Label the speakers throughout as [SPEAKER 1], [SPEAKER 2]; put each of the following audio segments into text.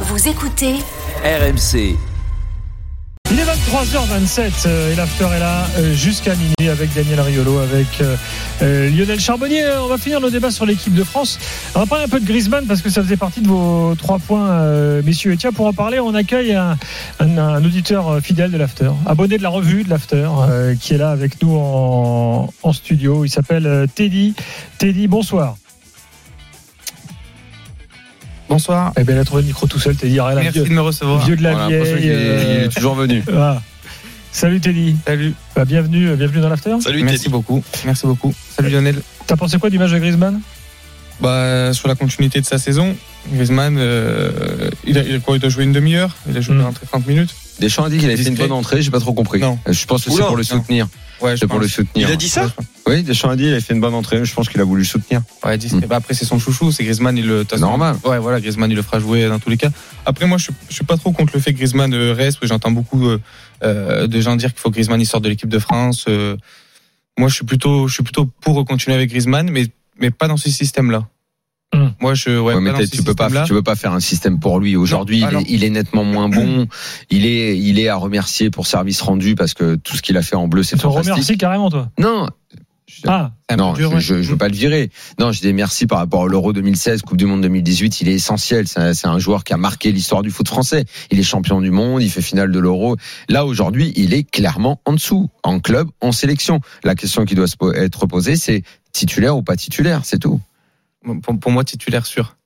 [SPEAKER 1] Vous écoutez
[SPEAKER 2] RMC.
[SPEAKER 3] Il est 23h27 euh, et l'after est là euh, jusqu'à minuit avec Daniel Riolo, avec euh, euh, Lionel Charbonnier. Euh, On va finir nos débats sur l'équipe de France. On va parler un peu de Griezmann parce que ça faisait partie de vos trois points, euh, messieurs. Et tiens, pour en parler, on accueille un, un- un auditeur euh, fidèle de l'after, abonné de la revue de l'after, euh, qui est là avec nous en, en studio. Il s'appelle euh, Teddy. Teddy, bonsoir.
[SPEAKER 4] Bonsoir.
[SPEAKER 3] Eh bien, il a trouvé le micro tout seul, Teddy. Arrête, là,
[SPEAKER 4] Merci
[SPEAKER 3] vieux,
[SPEAKER 4] de me recevoir.
[SPEAKER 3] vieux de la
[SPEAKER 5] On a l'impression
[SPEAKER 3] vieille.
[SPEAKER 5] qu'il est, il
[SPEAKER 3] euh,
[SPEAKER 5] est toujours venu.
[SPEAKER 3] voilà. Salut Teddy.
[SPEAKER 4] Salut.
[SPEAKER 3] Bah, bienvenue, euh, bienvenue dans l'after.
[SPEAKER 5] Salut
[SPEAKER 4] Merci beaucoup. Merci beaucoup. Salut Lionel.
[SPEAKER 3] T'as pensé quoi du match de Griezmann
[SPEAKER 4] Bah, sur la continuité de sa saison, Griezmann, euh, il, a, il a quoi Il doit jouer une demi-heure Il a joué
[SPEAKER 3] Mm.
[SPEAKER 4] entre 30 minutes
[SPEAKER 5] Deschamps a dit qu'il avait fait une
[SPEAKER 4] Discret.
[SPEAKER 5] bonne entrée, j'ai pas trop compris.
[SPEAKER 4] Non.
[SPEAKER 5] Euh, Je pense que c'est
[SPEAKER 4] Oula,
[SPEAKER 5] pour le
[SPEAKER 4] non.
[SPEAKER 5] soutenir.
[SPEAKER 4] Ouais, je
[SPEAKER 5] C'est pour
[SPEAKER 4] pense.
[SPEAKER 5] le soutenir.
[SPEAKER 4] ça
[SPEAKER 5] Oui, Deschamps a dit qu'il avait fait une bonne entrée, je pense qu'il a voulu le soutenir.
[SPEAKER 4] Ouais,
[SPEAKER 3] Hmm.
[SPEAKER 4] discret. Bah, après, c'est son chouchou. C'est Griezmann, il le. de toute
[SPEAKER 5] C'est
[SPEAKER 4] façon,
[SPEAKER 5] normal.
[SPEAKER 4] Ouais, voilà, Griezmann, il le fera jouer dans tous les cas. Après, moi, je suis, je suis pas trop contre le fait que Griezmann euh, reste. Oui, j'entends beaucoup euh, euh, de gens dire qu'il faut que Griezmann il sorte de l'équipe de France. euh. moi, je suis plutôt, je suis plutôt pour continuer avec Griezmann, mais mais pas dans ce système-là.
[SPEAKER 3] Mm.
[SPEAKER 4] Moi, je ouais,
[SPEAKER 5] Ouais, mais
[SPEAKER 4] pas
[SPEAKER 5] t'as-
[SPEAKER 4] dans ce
[SPEAKER 5] tu peux pas,
[SPEAKER 4] système-là.
[SPEAKER 5] tu peux pas faire un système pour lui. Aujourd'hui,
[SPEAKER 4] Non,
[SPEAKER 5] il,
[SPEAKER 4] alors-
[SPEAKER 5] est- il est nettement moins bon. Il est, il est à remercier pour service rendu parce que tout ce qu'il a fait en bleu, c'est
[SPEAKER 3] Tu te
[SPEAKER 5] fantastique.
[SPEAKER 3] remercies carrément, toi.
[SPEAKER 5] Non. Je-
[SPEAKER 3] Ah,
[SPEAKER 4] C'est un peu
[SPEAKER 5] Non,
[SPEAKER 4] dur,
[SPEAKER 5] je,
[SPEAKER 4] ouais.
[SPEAKER 5] je, je
[SPEAKER 3] Mmh.
[SPEAKER 5] veux pas le virer. Non, je dis merci par rapport à l'Euro 2016, Coupe du Monde 2018. Il est essentiel. C'est un, c'est un joueur qui a marqué l'histoire du foot français. Il est champion du monde. Il fait finale de l'Euro. Là aujourd'hui, il est clairement en dessous, en club, en sélection. La question qui doit se po- être posée, c'est titulaire ou pas titulaire, c'est tout.
[SPEAKER 4] Hmm. Pour, pour moi, titulaire sûr.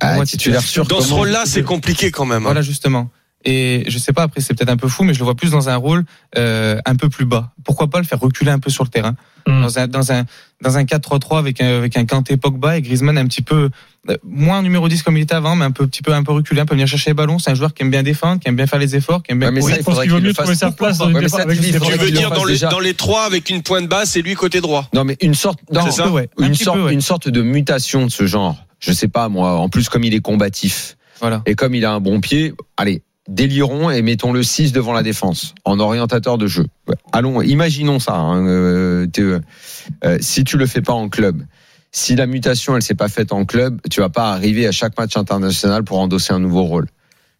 [SPEAKER 5] Ah,
[SPEAKER 4] moi,
[SPEAKER 5] titulaire
[SPEAKER 4] titulaire.
[SPEAKER 5] sûr.
[SPEAKER 6] Dans ce
[SPEAKER 5] comment-
[SPEAKER 6] rôle-là, c'est compliqué quand même. hein.
[SPEAKER 4] Voilà, justement. Et je sais pas, après, c'est peut-être un peu fou, mais je le vois plus dans un rôle euh, un peu plus bas. Pourquoi pas le faire reculer un peu sur le terrain
[SPEAKER 3] hum.
[SPEAKER 4] dans un dans un dans un 4-3-3 avec un avec un Kanté Pogba et Griezmann un petit peu euh, moins numéro 10 comme il était avant mais un peu petit peu un peu reculé un peu venir chercher les ballons c'est un joueur qui aime bien défendre qui aime bien faire les efforts qui aime bien
[SPEAKER 5] Ouais, mais
[SPEAKER 4] courir.
[SPEAKER 5] ça,
[SPEAKER 3] Je pense
[SPEAKER 5] faudrait
[SPEAKER 3] qu'il vaut
[SPEAKER 5] qu'il
[SPEAKER 3] mieux
[SPEAKER 5] le fasse.
[SPEAKER 3] trouver sa place dans
[SPEAKER 5] Ouais,
[SPEAKER 3] une
[SPEAKER 5] mais
[SPEAKER 3] défense
[SPEAKER 5] ça,
[SPEAKER 3] avec
[SPEAKER 5] tu
[SPEAKER 3] une
[SPEAKER 5] dis,
[SPEAKER 3] défense
[SPEAKER 5] faudrait
[SPEAKER 6] Tu veux
[SPEAKER 5] qu'il
[SPEAKER 3] différente.
[SPEAKER 5] le fasse
[SPEAKER 6] dire dans, le-
[SPEAKER 5] déjà.
[SPEAKER 6] dans les trois avec une pointe basse et lui côté droit.
[SPEAKER 5] Non, mais une sorte. non,
[SPEAKER 6] C'est
[SPEAKER 4] Un
[SPEAKER 6] ça
[SPEAKER 4] peu, ouais. Un
[SPEAKER 5] une
[SPEAKER 4] petit
[SPEAKER 5] sorte,
[SPEAKER 4] peu, ouais.
[SPEAKER 5] une sorte de mutation de ce genre. Je sais pas moi. En plus, comme il est combatif.
[SPEAKER 4] voilà
[SPEAKER 5] Et comme il a un bon pied, allez, délirons et mettons le 6 devant la défense, en orientateur de jeu. Ouais. Allons, imaginons ça, hein, euh, TE. Euh, si tu le fais pas en club, si la mutation elle s'est pas faite en club, tu vas pas arriver à chaque match international pour endosser un nouveau rôle.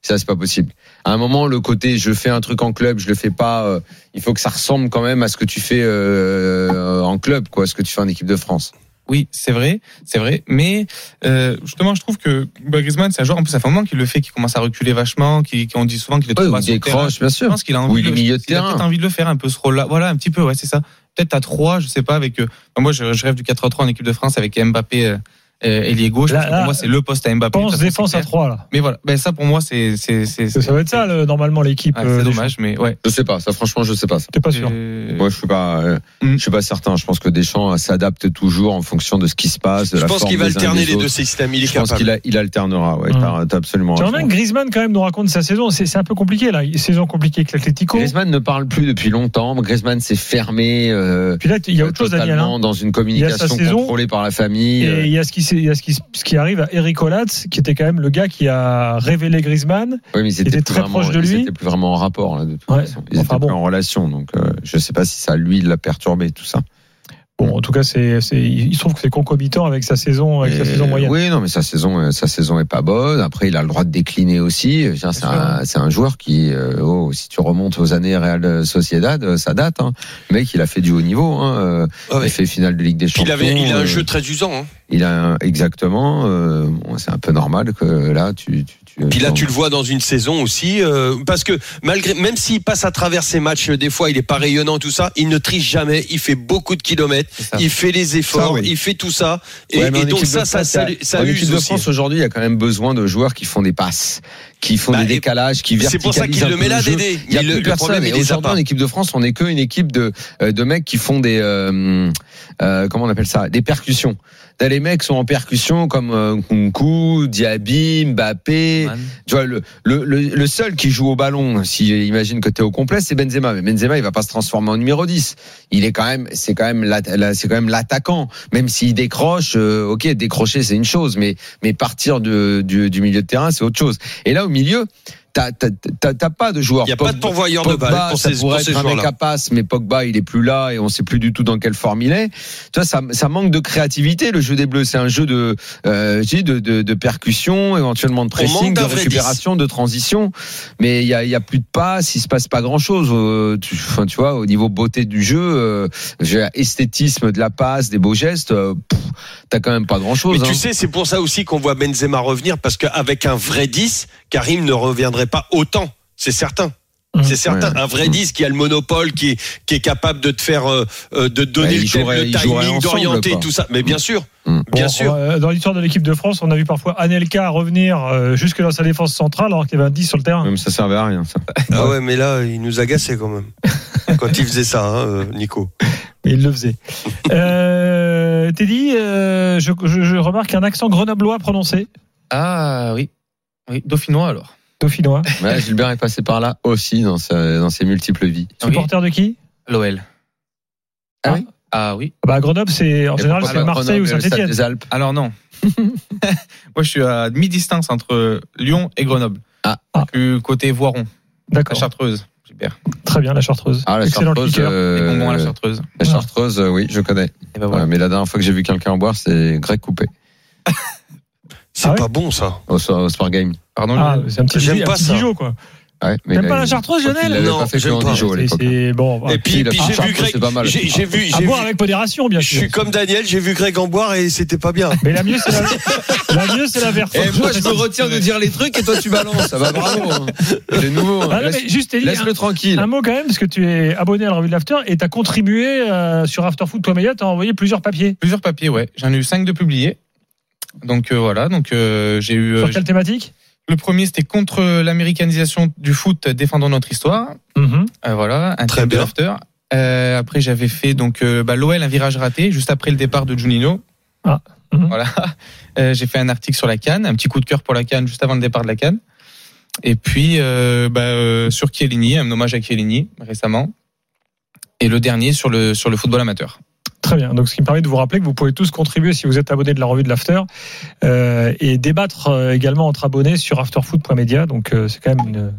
[SPEAKER 5] Ça c'est pas possible. À un moment, le côté je fais un truc en club, je le fais pas, euh, il faut que ça ressemble quand même à ce que tu fais euh, en club, quoi, ce que tu fais en équipe de France.
[SPEAKER 4] oui c'est vrai c'est vrai mais euh, justement je trouve que bah, Griezmann c'est un joueur en plus ça fait un moment qu'il le fait qu'il commence à reculer vachement qui qu'on dit souvent qu'il est trop bas
[SPEAKER 5] ou
[SPEAKER 4] sur le terrain.
[SPEAKER 5] décroche, bien
[SPEAKER 4] Je
[SPEAKER 5] sûr.
[SPEAKER 4] pense qu'il a envie
[SPEAKER 5] Ou il est
[SPEAKER 4] de-
[SPEAKER 5] milieu de
[SPEAKER 4] il a peut-être
[SPEAKER 5] terrain.
[SPEAKER 4] envie de le faire un peu ce rôle-là. Voilà, un petit peu, ouais, c'est ça. Peut-être à 3, je sais pas, avec. euh, enfin, moi, je, je rêve du 4-3 en équipe de France avec Mbappé, euh, euh, ailier gauche.
[SPEAKER 3] Là,
[SPEAKER 4] parce que
[SPEAKER 3] là,
[SPEAKER 4] pour moi, c'est le poste à Mbappé. de
[SPEAKER 3] Pense
[SPEAKER 4] toute façon,
[SPEAKER 3] défense
[SPEAKER 4] c'est
[SPEAKER 3] à
[SPEAKER 4] clair.
[SPEAKER 3] 3 là.
[SPEAKER 4] Mais voilà, ben, ça pour moi, c'est. c'est- c'est-
[SPEAKER 3] Ça va être ça, le- normalement, l'équipe.
[SPEAKER 4] Ouais,
[SPEAKER 3] euh,
[SPEAKER 4] Ah, c'est
[SPEAKER 3] des-
[SPEAKER 4] dommage, mais ouais.
[SPEAKER 5] Je sais pas, ça franchement, je sais pas. ça.
[SPEAKER 3] T'es pas sûr.
[SPEAKER 4] Euh,
[SPEAKER 5] Moi, je suis pas, euh,
[SPEAKER 4] Mm.
[SPEAKER 5] je suis pas certain. Je pense que Deschamps euh, s'adapte toujours en fonction de ce qui se passe, de
[SPEAKER 6] Je
[SPEAKER 5] la
[SPEAKER 6] pense
[SPEAKER 5] forme
[SPEAKER 6] qu'il va
[SPEAKER 5] des uns et
[SPEAKER 6] alterner
[SPEAKER 5] des
[SPEAKER 6] les deux
[SPEAKER 5] autres.
[SPEAKER 6] systèmes. Il est
[SPEAKER 5] Je pense
[SPEAKER 6] capable.
[SPEAKER 5] qu'il a- il alternera. Ouais,
[SPEAKER 3] Mm.
[SPEAKER 5] t'as t'as absolument
[SPEAKER 3] Tu vois,
[SPEAKER 5] raison.
[SPEAKER 3] même Griezmann, quand même, nous raconte sa saison. C'est c'est un peu compliqué là. Saison compliquée avec l'Atletico.
[SPEAKER 5] Griezmann ne parle plus depuis longtemps. Griezmann s'est fermé. euh,
[SPEAKER 3] Puis là, il y a autre chose, Daniel. hein.
[SPEAKER 5] totalement dans une
[SPEAKER 3] Il y a sa
[SPEAKER 5] communication
[SPEAKER 3] saison.
[SPEAKER 5] contrôlée par la famille.
[SPEAKER 3] Et
[SPEAKER 5] euh,
[SPEAKER 3] il y a ce qui, s'est- il y a ce qui, ce qui arrive à Eric Olatz, qui était quand même le gars qui a révélé Griezmann.
[SPEAKER 5] oui, mais ils
[SPEAKER 3] était
[SPEAKER 5] étaient
[SPEAKER 3] très
[SPEAKER 5] plus vraiment-
[SPEAKER 3] proche de
[SPEAKER 5] Ils
[SPEAKER 3] lui.
[SPEAKER 5] étaient plus vraiment en rapport là, de toute
[SPEAKER 3] Ouais.
[SPEAKER 5] façon. Ils
[SPEAKER 3] Enfin,
[SPEAKER 5] étaient plus
[SPEAKER 3] bon.
[SPEAKER 5] en relation. Donc, euh, je sais pas si ça lui l'a perturbé tout ça.
[SPEAKER 3] Bon, en tout cas, c'est, c'est- il se trouve que c'est concomitant avec sa saison, avec sa
[SPEAKER 5] Et-
[SPEAKER 3] saison moyenne.
[SPEAKER 5] Euh, Oui, non, mais sa saison, euh, sa saison est pas bonne. Après, il a le droit de décliner aussi. Je veux dire, C'est
[SPEAKER 4] sûr.
[SPEAKER 5] un, c'est un joueur qui, euh, oh, si tu remontes aux années Real Sociedad, euh, ça date. Hein. Le mec, il a fait du haut niveau. Hein. euh,
[SPEAKER 6] Ah ouais.
[SPEAKER 5] Il fait finale de Ligue des
[SPEAKER 6] Puis
[SPEAKER 5] Champions.
[SPEAKER 6] il, avait, il a
[SPEAKER 5] euh,
[SPEAKER 6] un jeu très usant. hein.
[SPEAKER 5] Il a un- exactement. euh, bon, c'est un peu normal que là, tu. tu, tu
[SPEAKER 6] Puis là, tu le vois dans une saison aussi, euh, parce que malgré, même s'il passe à travers ses matchs, euh, des fois, il est pas rayonnant, tout ça, il ne triche jamais. Il fait beaucoup de kilomètres,
[SPEAKER 4] c'est ça.
[SPEAKER 6] il fait les efforts,
[SPEAKER 5] Ça, oui.
[SPEAKER 6] il fait tout ça, et,
[SPEAKER 5] Ouais, mais en
[SPEAKER 6] et
[SPEAKER 5] équipe
[SPEAKER 6] donc
[SPEAKER 5] de
[SPEAKER 6] ça, ça,
[SPEAKER 5] France,
[SPEAKER 6] ça,
[SPEAKER 5] il y a-
[SPEAKER 6] ça
[SPEAKER 5] en
[SPEAKER 6] use
[SPEAKER 5] équipe de
[SPEAKER 6] aussi.
[SPEAKER 5] France aujourd'hui, il y a quand même besoin de joueurs qui font des passes, qui font
[SPEAKER 6] Bah,
[SPEAKER 5] des
[SPEAKER 6] et-
[SPEAKER 5] décalages, qui
[SPEAKER 6] C'est pour ça
[SPEAKER 5] verticalisent
[SPEAKER 6] qu'il
[SPEAKER 5] un
[SPEAKER 6] le
[SPEAKER 5] peu
[SPEAKER 6] met là,
[SPEAKER 5] jeu.
[SPEAKER 6] Dédé.
[SPEAKER 5] Il y a
[SPEAKER 6] Il-
[SPEAKER 5] plus
[SPEAKER 6] le
[SPEAKER 5] personne.
[SPEAKER 6] problème,
[SPEAKER 5] Et
[SPEAKER 6] il les a
[SPEAKER 5] aujourd'hui, en
[SPEAKER 6] pas.
[SPEAKER 5] équipe de France, on n'est qu'une équipe de, euh, de mecs qui font des, euh, euh, comment on appelle ça, des percussions. T'as les mecs qui sont en percussion comme euh, Nkunku, Diaby, Mbappé.
[SPEAKER 4] Man.
[SPEAKER 5] Tu vois, le, le, le, le seul qui joue au ballon, si imagine que t'es au complet, c'est Benzema. Mais Benzema, il va pas se transformer en numéro 10. Il est quand même, c'est quand même, la- la- c'est quand même l'attaquant. Même s'il décroche, euh, ok, décrocher c'est une chose, mais mais partir de, du, du milieu de terrain, c'est autre chose. Et là, au milieu, t'as- t'as- t'as t'as pas de joueur.
[SPEAKER 6] Il n'y a pas de
[SPEAKER 5] Pogba-
[SPEAKER 6] pourvoyeur de
[SPEAKER 5] Pogba,
[SPEAKER 6] balle pour
[SPEAKER 5] ça
[SPEAKER 6] ces, pour
[SPEAKER 5] pourrait
[SPEAKER 6] ces
[SPEAKER 5] être un mec
[SPEAKER 6] joueurs-là.
[SPEAKER 5] à passe, mais Pogba, il est plus là et on sait plus du tout dans quelle forme il est. Tu vois, ça, ça manque de créativité. Le jeu des Bleus, c'est un jeu de, euh, je dis, de, de, de percussion, éventuellement de
[SPEAKER 6] manque
[SPEAKER 5] pressing, de
[SPEAKER 6] d'un vrai
[SPEAKER 5] récupération, de transition. Mais il y a, il y a plus de passes, il se passe pas grand chose. tu, enfin, tu vois, au niveau beauté du jeu, euh, j'ai esthétisme de la passe, des beaux gestes, euh, pff, t'as quand même pas hein. grand chose.
[SPEAKER 6] Mais tu sais, c'est pour ça aussi qu'on voit Benzema revenir, parce qu'avec un vrai 10, Karim ne reviendrait pas autant. C'est certain.
[SPEAKER 3] Mmh.
[SPEAKER 6] C'est certain.
[SPEAKER 5] Ouais.
[SPEAKER 6] Un vrai 10 qui a le monopole, qui est, qui est capable de te faire, euh, euh, de te
[SPEAKER 5] Bah,
[SPEAKER 6] donner
[SPEAKER 5] ils
[SPEAKER 6] le, thème,
[SPEAKER 5] joueraient-
[SPEAKER 6] le
[SPEAKER 5] ils joueraient
[SPEAKER 6] timing,
[SPEAKER 5] ensemble,
[SPEAKER 6] d'orienter
[SPEAKER 5] quoi.
[SPEAKER 6] tout ça. Mais bien sûr.
[SPEAKER 5] Mmh.
[SPEAKER 6] Bien
[SPEAKER 3] Bon,
[SPEAKER 6] sûr.
[SPEAKER 3] euh, Dans l'histoire de l'équipe de France, on a vu parfois Anelka revenir euh, jusque dans sa défense centrale alors qu'il y avait un 10 sur le terrain.
[SPEAKER 5] Même ça servait à rien, ça.
[SPEAKER 6] Ah ouais, mais là, il nous agaçait quand même. quand il faisait ça, hein, euh, Nico.
[SPEAKER 3] Et il le faisait. Euh, Teddy, euh, je, je- je remarque un accent grenoblois prononcé,
[SPEAKER 4] Ah oui. Oui, dauphinois alors.
[SPEAKER 3] dauphinois.
[SPEAKER 5] Ouais, Gilbert est passé par là aussi dans, sa- dans ses multiples vies.
[SPEAKER 4] Oui.
[SPEAKER 3] Supporter de qui
[SPEAKER 4] L'OL.
[SPEAKER 5] Ah oui
[SPEAKER 4] Ah oui.
[SPEAKER 3] bah, à Grenoble, c'est en
[SPEAKER 5] Et
[SPEAKER 3] général,
[SPEAKER 5] pourquoi
[SPEAKER 3] c'est
[SPEAKER 5] pas
[SPEAKER 3] Marseille
[SPEAKER 5] Grenoble
[SPEAKER 3] ou
[SPEAKER 5] et le Stade
[SPEAKER 3] Saint-Etienne.
[SPEAKER 5] des Alpes.
[SPEAKER 4] Alors non. Moi, je suis à demi-distance entre Lyon et Grenoble.
[SPEAKER 5] Ah.
[SPEAKER 3] Ah.
[SPEAKER 4] Du côté Voiron, la
[SPEAKER 3] D'accord.
[SPEAKER 4] Chartreuse. Super.
[SPEAKER 3] Très bien, la Chartreuse.
[SPEAKER 5] Ah, la
[SPEAKER 3] Excellent
[SPEAKER 5] Chartreuse,
[SPEAKER 3] kicker.
[SPEAKER 4] Les
[SPEAKER 5] euh,
[SPEAKER 4] bonbons à la Chartreuse.
[SPEAKER 5] la Chartreuse, euh, oui, je connais.
[SPEAKER 4] Et
[SPEAKER 3] Bah
[SPEAKER 4] ben voilà.
[SPEAKER 5] Ouais, mais la dernière fois que j'ai vu quelqu'un en boire, c'est Greg Coupé
[SPEAKER 6] C'est
[SPEAKER 3] Ah ouais
[SPEAKER 6] pas bon, ça.
[SPEAKER 5] au, so- au Sport Game.
[SPEAKER 4] Pardon.
[SPEAKER 3] Ah,
[SPEAKER 4] Lionel
[SPEAKER 3] c'est un petit,
[SPEAKER 6] J'aime
[SPEAKER 3] un
[SPEAKER 6] pas
[SPEAKER 3] petit
[SPEAKER 6] ça.
[SPEAKER 3] bijou, quoi.
[SPEAKER 5] Ouais, mais
[SPEAKER 3] T'aimes
[SPEAKER 5] là,
[SPEAKER 3] pas la
[SPEAKER 5] il-
[SPEAKER 3] Chartreuse,
[SPEAKER 5] je crois qu'il
[SPEAKER 3] Lionel
[SPEAKER 5] l'avait
[SPEAKER 6] Non,
[SPEAKER 5] pas fait que
[SPEAKER 6] j'aime
[SPEAKER 5] en
[SPEAKER 6] pas.
[SPEAKER 5] Dijon à
[SPEAKER 3] C'est-
[SPEAKER 5] l'époque.
[SPEAKER 3] c'est- Bon, bah,
[SPEAKER 6] Et puis,
[SPEAKER 5] si, la
[SPEAKER 6] puis j'ai
[SPEAKER 5] Chartreuse,
[SPEAKER 6] vu Greg.
[SPEAKER 5] c'est pas mal.
[SPEAKER 6] J'ai j'ai vu.
[SPEAKER 3] à
[SPEAKER 6] j'ai
[SPEAKER 3] boire
[SPEAKER 6] vu-
[SPEAKER 3] avec modération, bien
[SPEAKER 6] Je
[SPEAKER 3] sûr.
[SPEAKER 6] suis comme Daniel, j'ai vu Greg en boire et c'était pas bien.
[SPEAKER 3] Mais la mieux, c'est la, la, mieux, c'est la version.
[SPEAKER 5] Eh, moi, je me retiens de dire les trucs et toi, tu balances. Ah bah bravo. hein. C'est nouveau. hein.
[SPEAKER 3] Ah non,
[SPEAKER 5] Laisse-
[SPEAKER 3] mais juste, Teddy,
[SPEAKER 5] Laisse-le
[SPEAKER 3] un,
[SPEAKER 5] tranquille.
[SPEAKER 3] un mot quand même, parce que tu es abonné à la revue de l'After et tu as contribué euh, sur Afterfood Toi Meilleur, tu as envoyé plusieurs papiers.
[SPEAKER 4] Plusieurs papiers, ouais. J'en ai eu cinq de publiés. Donc euh, voilà, donc euh, j'ai eu. euh,
[SPEAKER 3] sur quelle thématique
[SPEAKER 4] le premier, c'était contre l'américanisation du foot, défendant notre histoire.
[SPEAKER 5] Mhm.
[SPEAKER 4] Euh, voilà, un
[SPEAKER 6] Très
[SPEAKER 4] très
[SPEAKER 6] bien.
[SPEAKER 4] bien. After. Euh, après, j'avais fait donc euh, bah, l'OL un virage raté juste après le départ de Juninho.
[SPEAKER 3] Ah, mhm.
[SPEAKER 4] Voilà, Euh, j'ai fait un article sur la canne, un petit coup de cœur pour la canne juste avant le départ de la canne. Et puis euh, bah, euh, sur Chiellini, un hommage à Chiellini récemment. Et le dernier sur le sur le football amateur.
[SPEAKER 3] Très bien. Donc, ce qui me permet de vous rappeler que vous pouvez tous contribuer si vous êtes abonné de la revue de l'After euh, et débattre euh, également entre abonnés sur afterfood.media. Donc, euh, c'est quand même une,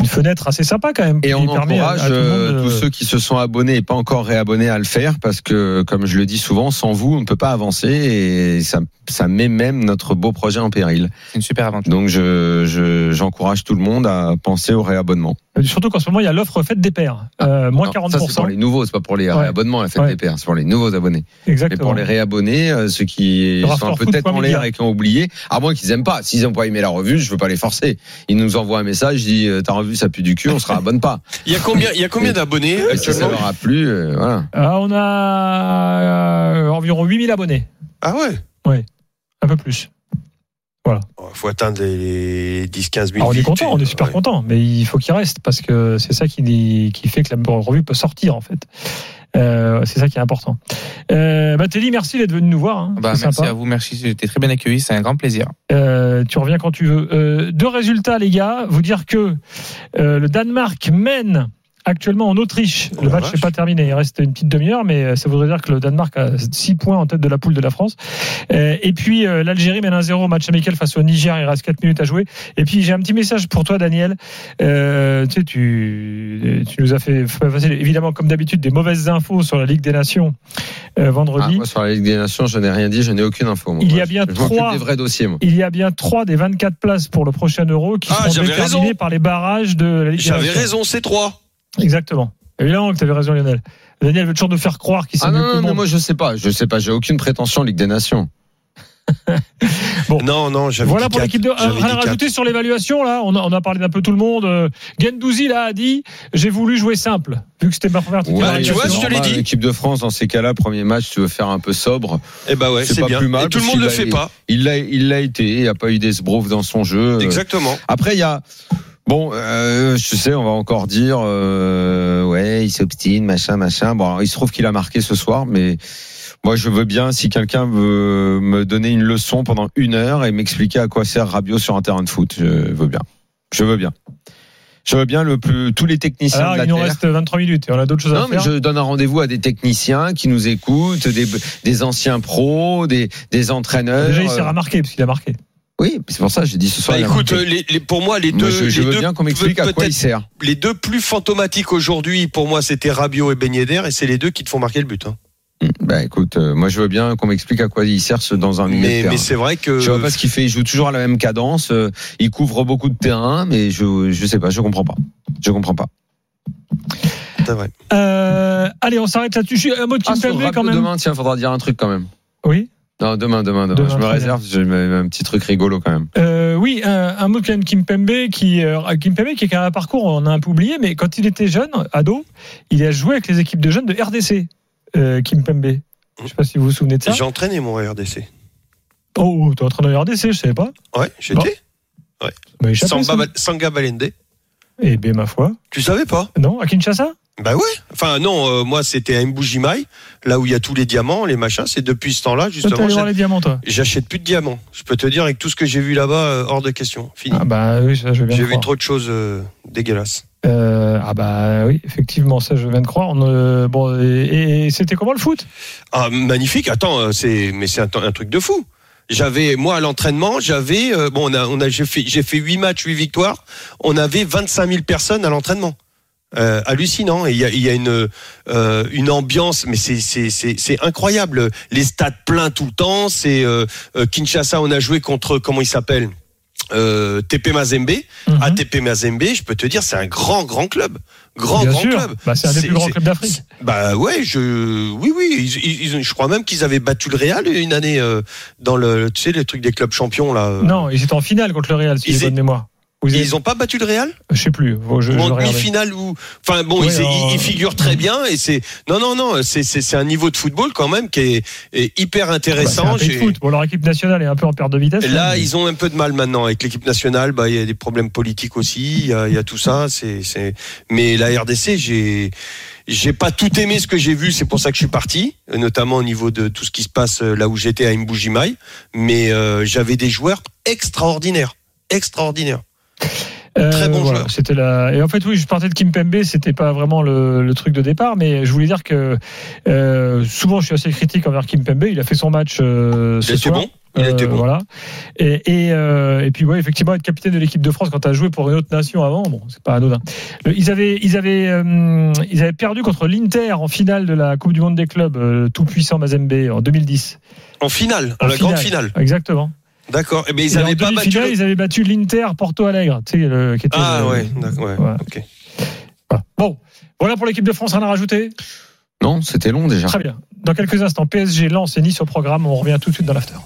[SPEAKER 3] une fenêtre assez sympa quand même.
[SPEAKER 5] Et
[SPEAKER 3] qui
[SPEAKER 5] on
[SPEAKER 3] permet à- à
[SPEAKER 5] encourage
[SPEAKER 3] tout le monde,
[SPEAKER 5] euh,
[SPEAKER 3] euh,
[SPEAKER 5] tous ceux qui se sont abonnés et pas encore réabonnés à le faire parce que, comme je le dis souvent, sans vous, on ne peut pas avancer et ça, ça met même notre beau projet en péril.
[SPEAKER 4] C'est une super aventure.
[SPEAKER 5] Donc, je, je- j'encourage tout le monde à penser au réabonnement.
[SPEAKER 3] Euh, Surtout qu'en ce moment, il y a l'offre faite des pairs. Euh, moins
[SPEAKER 5] Ah, Non,
[SPEAKER 3] 40%.
[SPEAKER 5] Ça, c'est pour les nouveaux, c'est pas pour les
[SPEAKER 3] Ouais.
[SPEAKER 5] réabonnements, la fête
[SPEAKER 3] Ouais.
[SPEAKER 5] des pairs, hein, c'est pour les nouveaux abonnés. Mais
[SPEAKER 3] Exactement.
[SPEAKER 5] pour les réabonnés, euh, ceux qui
[SPEAKER 3] Sur
[SPEAKER 5] sont un peu
[SPEAKER 3] Afterfoot,
[SPEAKER 5] tête en
[SPEAKER 3] point
[SPEAKER 5] l'air
[SPEAKER 3] média.
[SPEAKER 5] et qui ont oublié, à moins qu'ils aiment pas. S'ils n'ont pas aimé la revue, je veux pas les forcer. Ils nous envoient un message, ils disent, euh, ta revue, ça pue du cul, on se réabonne pas.
[SPEAKER 6] Il y a combien, il y a combien d'abonnés
[SPEAKER 5] Et si ça
[SPEAKER 6] actuellement
[SPEAKER 5] leur a plu, euh, voilà.
[SPEAKER 3] Ah, on a euh, environ 8000 abonnés,
[SPEAKER 6] Ah ouais
[SPEAKER 3] un peu plus.
[SPEAKER 6] Il faut atteindre les 10-15 000.
[SPEAKER 3] Alors, Ah, on est
[SPEAKER 6] vite.
[SPEAKER 3] content, on est super
[SPEAKER 6] Ouais.
[SPEAKER 3] content, mais il faut qu'il reste parce que c'est ça qui, qui fait que la revue peut sortir en fait. Euh, c'est ça qui est important. Euh, bah, Teddy, merci d'être venu nous voir. hein.
[SPEAKER 4] Bah,
[SPEAKER 3] C'est
[SPEAKER 4] merci
[SPEAKER 3] sympa.
[SPEAKER 4] à vous, merci. J'ai été très bien accueilli, c'est un grand plaisir.
[SPEAKER 3] Euh, tu reviens quand tu veux. Euh, deux résultats, les gars. Vous dire que euh, le Danemark mène actuellement en Autriche.
[SPEAKER 6] Oh
[SPEAKER 3] le
[SPEAKER 6] la
[SPEAKER 3] match n'est
[SPEAKER 6] vache.
[SPEAKER 3] pas terminé. Il reste une petite demi-heure, mais euh, ça voudrait dire que le Danemark a 6 points en tête de la poule de la France. Euh, et puis, euh, l'Algérie mène 1-0 au match amical face au Niger. Il reste 4 minutes à jouer. Et puis, j'ai un petit message pour toi, Daniel. Euh, tu sais, tu, tu nous as fait fait passer, évidemment, comme d'habitude, des mauvaises infos sur la Ligue des Nations euh,
[SPEAKER 5] Ah,
[SPEAKER 3] vendredi.
[SPEAKER 5] moi, sur la Ligue des Nations, je n'ai rien dit, je n'ai aucune info. moi.
[SPEAKER 3] Il y a
[SPEAKER 5] Moi,
[SPEAKER 3] bien
[SPEAKER 5] je m'occupe
[SPEAKER 3] trois-
[SPEAKER 5] des vrais dossiers, moi.
[SPEAKER 3] il y a bien 3 des 24 places pour le prochain Euro qui
[SPEAKER 6] Ah,
[SPEAKER 3] seront
[SPEAKER 6] j'avais
[SPEAKER 3] déterminées
[SPEAKER 6] raison.
[SPEAKER 3] par les barrages de la Ligue des
[SPEAKER 6] J'avais
[SPEAKER 3] Nations.
[SPEAKER 6] raison, c'est trois.
[SPEAKER 3] Exactement. Évidemment que tu avais raison, Lionel. Daniel veut toujours nous faire croire qu'il sait
[SPEAKER 5] Ah
[SPEAKER 3] mieux
[SPEAKER 5] non,
[SPEAKER 3] que
[SPEAKER 5] non,
[SPEAKER 3] le
[SPEAKER 5] mais
[SPEAKER 3] monde.
[SPEAKER 5] moi, je sais pas. Je sais pas, j'ai aucune prétention en Ligue des Nations.
[SPEAKER 6] Non, non, j'avais
[SPEAKER 3] Voilà
[SPEAKER 6] dit
[SPEAKER 3] pour
[SPEAKER 6] quatre.
[SPEAKER 3] l'équipe de. Un-
[SPEAKER 6] J'avais
[SPEAKER 3] Rien à
[SPEAKER 6] dit
[SPEAKER 3] rajouter sur l'évaluation, là. On a, on a parlé d'un peu tout le monde. Euh, Gendouzi, là, a dit J'ai voulu jouer simple, vu que c'était ma première
[SPEAKER 5] Ouais,
[SPEAKER 6] bah, tu vois,
[SPEAKER 5] c'est
[SPEAKER 6] je te l'ai
[SPEAKER 5] normal,
[SPEAKER 6] dit.
[SPEAKER 5] L'équipe de France, dans ces cas-là, premier match, tu veux faire un peu sobre.
[SPEAKER 6] quatre. Eh ben ouais,
[SPEAKER 5] C'est
[SPEAKER 6] c'est
[SPEAKER 5] pas
[SPEAKER 6] bien.
[SPEAKER 5] plus mal,
[SPEAKER 6] Et tout le
[SPEAKER 5] parce
[SPEAKER 6] monde ne le
[SPEAKER 5] qu'il a-
[SPEAKER 6] fait pas.
[SPEAKER 5] Il l'a, il l'a été. Il n'y a pas eu d'esbrouf dans son jeu. Euh,
[SPEAKER 6] Exactement.
[SPEAKER 5] Après, il y a. Bon, euh, je sais, on va encore dire, euh, ouais, il s'obstine, machin, machin. Bon, alors, il se trouve qu'il a marqué ce soir, mais moi, je veux bien, si quelqu'un veut me donner une leçon pendant une heure et m'expliquer à quoi sert Rabiot sur un terrain de foot, je veux bien. Je veux bien. Je veux bien le plus, tous les techniciens
[SPEAKER 3] Alors,
[SPEAKER 5] de la
[SPEAKER 3] il nous
[SPEAKER 5] Terre.
[SPEAKER 3] reste 23 minutes et on a d'autres choses à
[SPEAKER 5] Non, mais
[SPEAKER 3] faire.
[SPEAKER 5] je donne un rendez-vous à des techniciens qui nous écoutent, des, des anciens pros, des, des entraîneurs.
[SPEAKER 3] Déjà, il
[SPEAKER 5] euh,
[SPEAKER 3] s'est remarqué, parce qu'il a marqué.
[SPEAKER 5] Oui, c'est pour ça que j'ai dit ce soir.
[SPEAKER 6] Bah,
[SPEAKER 5] il y a
[SPEAKER 6] écoute,
[SPEAKER 5] un-
[SPEAKER 6] euh, les- les- pour moi, les
[SPEAKER 5] Moi,
[SPEAKER 6] deux,
[SPEAKER 5] je, je
[SPEAKER 6] les
[SPEAKER 5] veux
[SPEAKER 6] deux
[SPEAKER 5] bien qu'on m'explique à quoi
[SPEAKER 6] peut-être
[SPEAKER 5] il sert.
[SPEAKER 6] les deux plus fantomatiques aujourd'hui, pour moi, c'était Rabiot et Ben Yedder, et c'est les deux qui te font marquer le but. hein.
[SPEAKER 5] Bah écoute, euh, moi je veux bien qu'on m'explique à quoi il sert ce dans un milieu de
[SPEAKER 6] Mais,
[SPEAKER 5] terrain.
[SPEAKER 6] mais c'est vrai que
[SPEAKER 5] Je vois pas ce qu'il fait. Il joue toujours à la même cadence. euh, Il couvre beaucoup de terrain, mais je je sais pas. Je comprends pas. Je comprends pas.
[SPEAKER 6] c'est vrai.
[SPEAKER 3] Euh, allez, on s'arrête là-dessus. Je- Un mot de
[SPEAKER 5] Ah,
[SPEAKER 3] Kim
[SPEAKER 5] sur le
[SPEAKER 3] Pembe,
[SPEAKER 5] rap
[SPEAKER 3] quand
[SPEAKER 5] de
[SPEAKER 3] même.
[SPEAKER 5] demain, tiens, faudra dire un truc quand même.
[SPEAKER 3] Oui.
[SPEAKER 5] Non, demain, demain, demain.
[SPEAKER 3] Demain,
[SPEAKER 5] je me
[SPEAKER 3] très
[SPEAKER 5] réserve. J'ai un petit truc rigolo quand même.
[SPEAKER 3] Euh, oui, un, un mot quand même Kim Pembe qui euh, Kim Pembe qui a un parcours on a un peu oublié, mais quand il était jeune, ado, il a joué avec les équipes de jeunes de RDC. euh, Kim Pembe. Je sais pas si vous vous souvenez de ça.
[SPEAKER 6] J'ai entraîné mon RDC.
[SPEAKER 3] Oh, t'es entraîneur RDC, je savais pas.
[SPEAKER 6] Ouais, j'étais.
[SPEAKER 3] Mais échappé,
[SPEAKER 6] Samba
[SPEAKER 3] ça.
[SPEAKER 6] Bal- Sanga Balende.
[SPEAKER 3] Eh bien, ma foi.
[SPEAKER 6] Tu savais pas
[SPEAKER 3] Non, à Kinshasa
[SPEAKER 6] Bah ouais. Enfin non, euh, moi c'était à Mbujimaï, là où il y a tous les diamants, les machins. C'est depuis ce temps-là
[SPEAKER 3] Toi, t'es
[SPEAKER 6] justement.
[SPEAKER 3] allé voir
[SPEAKER 6] j'a-
[SPEAKER 3] les diamants, toi
[SPEAKER 6] J'achète plus de diamants. Je peux te dire avec tout ce que j'ai vu là-bas, euh, hors de question. Fini.
[SPEAKER 3] Ah, bah oui, ça, je viens
[SPEAKER 6] j'ai
[SPEAKER 3] de
[SPEAKER 6] vu
[SPEAKER 3] croire.
[SPEAKER 6] trop de choses euh, dégueulasses.
[SPEAKER 3] Euh, ah, bah oui, effectivement, ça, je viens de croire. On, euh, bon, et, et c'était comment le foot
[SPEAKER 6] Ah magnifique. Attends, euh, c'est mais c'est un, t- un truc de fou. J'avais moi à l'entraînement, j'avais euh, bon on a on a j'ai fait j'ai fait huit matchs, huit victoires. On avait 25 000 personnes à l'entraînement. Euh, hallucinant et il y a, il y a une euh, une ambiance mais c'est c'est c'est c'est incroyable les stades pleins tout le temps c'est euh, euh, Kinshasa on a joué contre comment il s'appelle euh, TP Mazembe
[SPEAKER 3] Mhm.
[SPEAKER 6] ATP Mazembe je peux te dire c'est un grand grand club grand
[SPEAKER 3] Bien
[SPEAKER 6] grand
[SPEAKER 3] sûr.
[SPEAKER 6] club
[SPEAKER 3] Bah, c'est un des
[SPEAKER 6] C'est-
[SPEAKER 3] plus grands
[SPEAKER 6] c'est-
[SPEAKER 3] clubs d'Afrique.
[SPEAKER 6] bah ouais, je, oui, oui, ils- ils- ils- je crois même qu'ils avaient battu le Real une année euh, dans le, tu sais, le truc des clubs champions là. euh.
[SPEAKER 3] Non, ils étaient en finale contre le Real, si
[SPEAKER 6] Ils
[SPEAKER 3] j'ai
[SPEAKER 6] é-
[SPEAKER 3] bonne mémoire. Vous
[SPEAKER 6] Et
[SPEAKER 3] avez-
[SPEAKER 6] Ils ont pas battu le Real
[SPEAKER 3] Je sais plus. Faut- Je, je
[SPEAKER 6] ou en
[SPEAKER 3] regardais.
[SPEAKER 6] demi-finale ou, enfin bon,
[SPEAKER 3] Oui,
[SPEAKER 6] ils,
[SPEAKER 3] alors,
[SPEAKER 6] ils- ils
[SPEAKER 3] euh,
[SPEAKER 6] figurent très bien et c'est, non, non, non, c'est, c'est, c'est un niveau de football quand même qui est, est hyper
[SPEAKER 3] Bah, c'est un
[SPEAKER 6] intéressant.
[SPEAKER 3] pays de
[SPEAKER 6] J'ai-
[SPEAKER 3] foot. Bon, leur équipe nationale est un peu en perte de vitesse.
[SPEAKER 6] Et Là,
[SPEAKER 3] mais-
[SPEAKER 6] ils ont un peu de mal maintenant avec l'équipe nationale. Bah, il y a des problèmes politiques aussi. Il y a, il y a tout ça. C'est, c'est. Mais la RDC, j'ai, j'ai pas tout aimé ce que j'ai vu. C'est pour ça que je suis parti, euh, notamment au niveau de tout ce qui se passe euh, là où j'étais à Mbujimaï. Mais euh, j'avais des joueurs extraordinaires, extraordinaires. très bon joueur.
[SPEAKER 3] euh, C'était la... Et en fait, oui, je partais de Kim Pembe, c'était pas vraiment le, le truc de départ, mais je voulais dire que euh, souvent je suis assez critique envers Kim Pembe. Il a fait son match euh,
[SPEAKER 6] Il
[SPEAKER 3] ce
[SPEAKER 6] était
[SPEAKER 3] soir.
[SPEAKER 6] bon. Il était
[SPEAKER 3] Euh,
[SPEAKER 6] bon.
[SPEAKER 3] Voilà. Et, et, euh, et puis, ouais, effectivement, être capitaine de l'équipe de France quand tu as joué pour une autre nation avant, bon, c'est pas anodin. Le- ils, avaient, ils, avaient, euh, ils avaient perdu contre l'Inter en finale de la Coupe du Monde des clubs, euh, tout puissant Mazembe, en 2010.
[SPEAKER 6] En finale,
[SPEAKER 3] En
[SPEAKER 6] en la grande
[SPEAKER 3] finale.
[SPEAKER 6] finale.
[SPEAKER 3] Exactement.
[SPEAKER 6] D'accord. Eh ben, ils
[SPEAKER 3] Et en
[SPEAKER 6] n'avaient pas battu.
[SPEAKER 3] demi-finale,
[SPEAKER 6] le-
[SPEAKER 3] Ils avaient battu l'Inter Porto Alegre, tu sais, le- qui était.
[SPEAKER 6] Ah
[SPEAKER 3] le-
[SPEAKER 6] ouais. D'accord. ouais,
[SPEAKER 3] Voilà.
[SPEAKER 6] ok.
[SPEAKER 3] Voilà. Bon, voilà pour l'équipe de France, rien à rajouter
[SPEAKER 5] Non, c'était long déjà.
[SPEAKER 3] Très bien. Dans quelques instants, PSG lance et Nice au programme. On revient tout de suite dans l'after.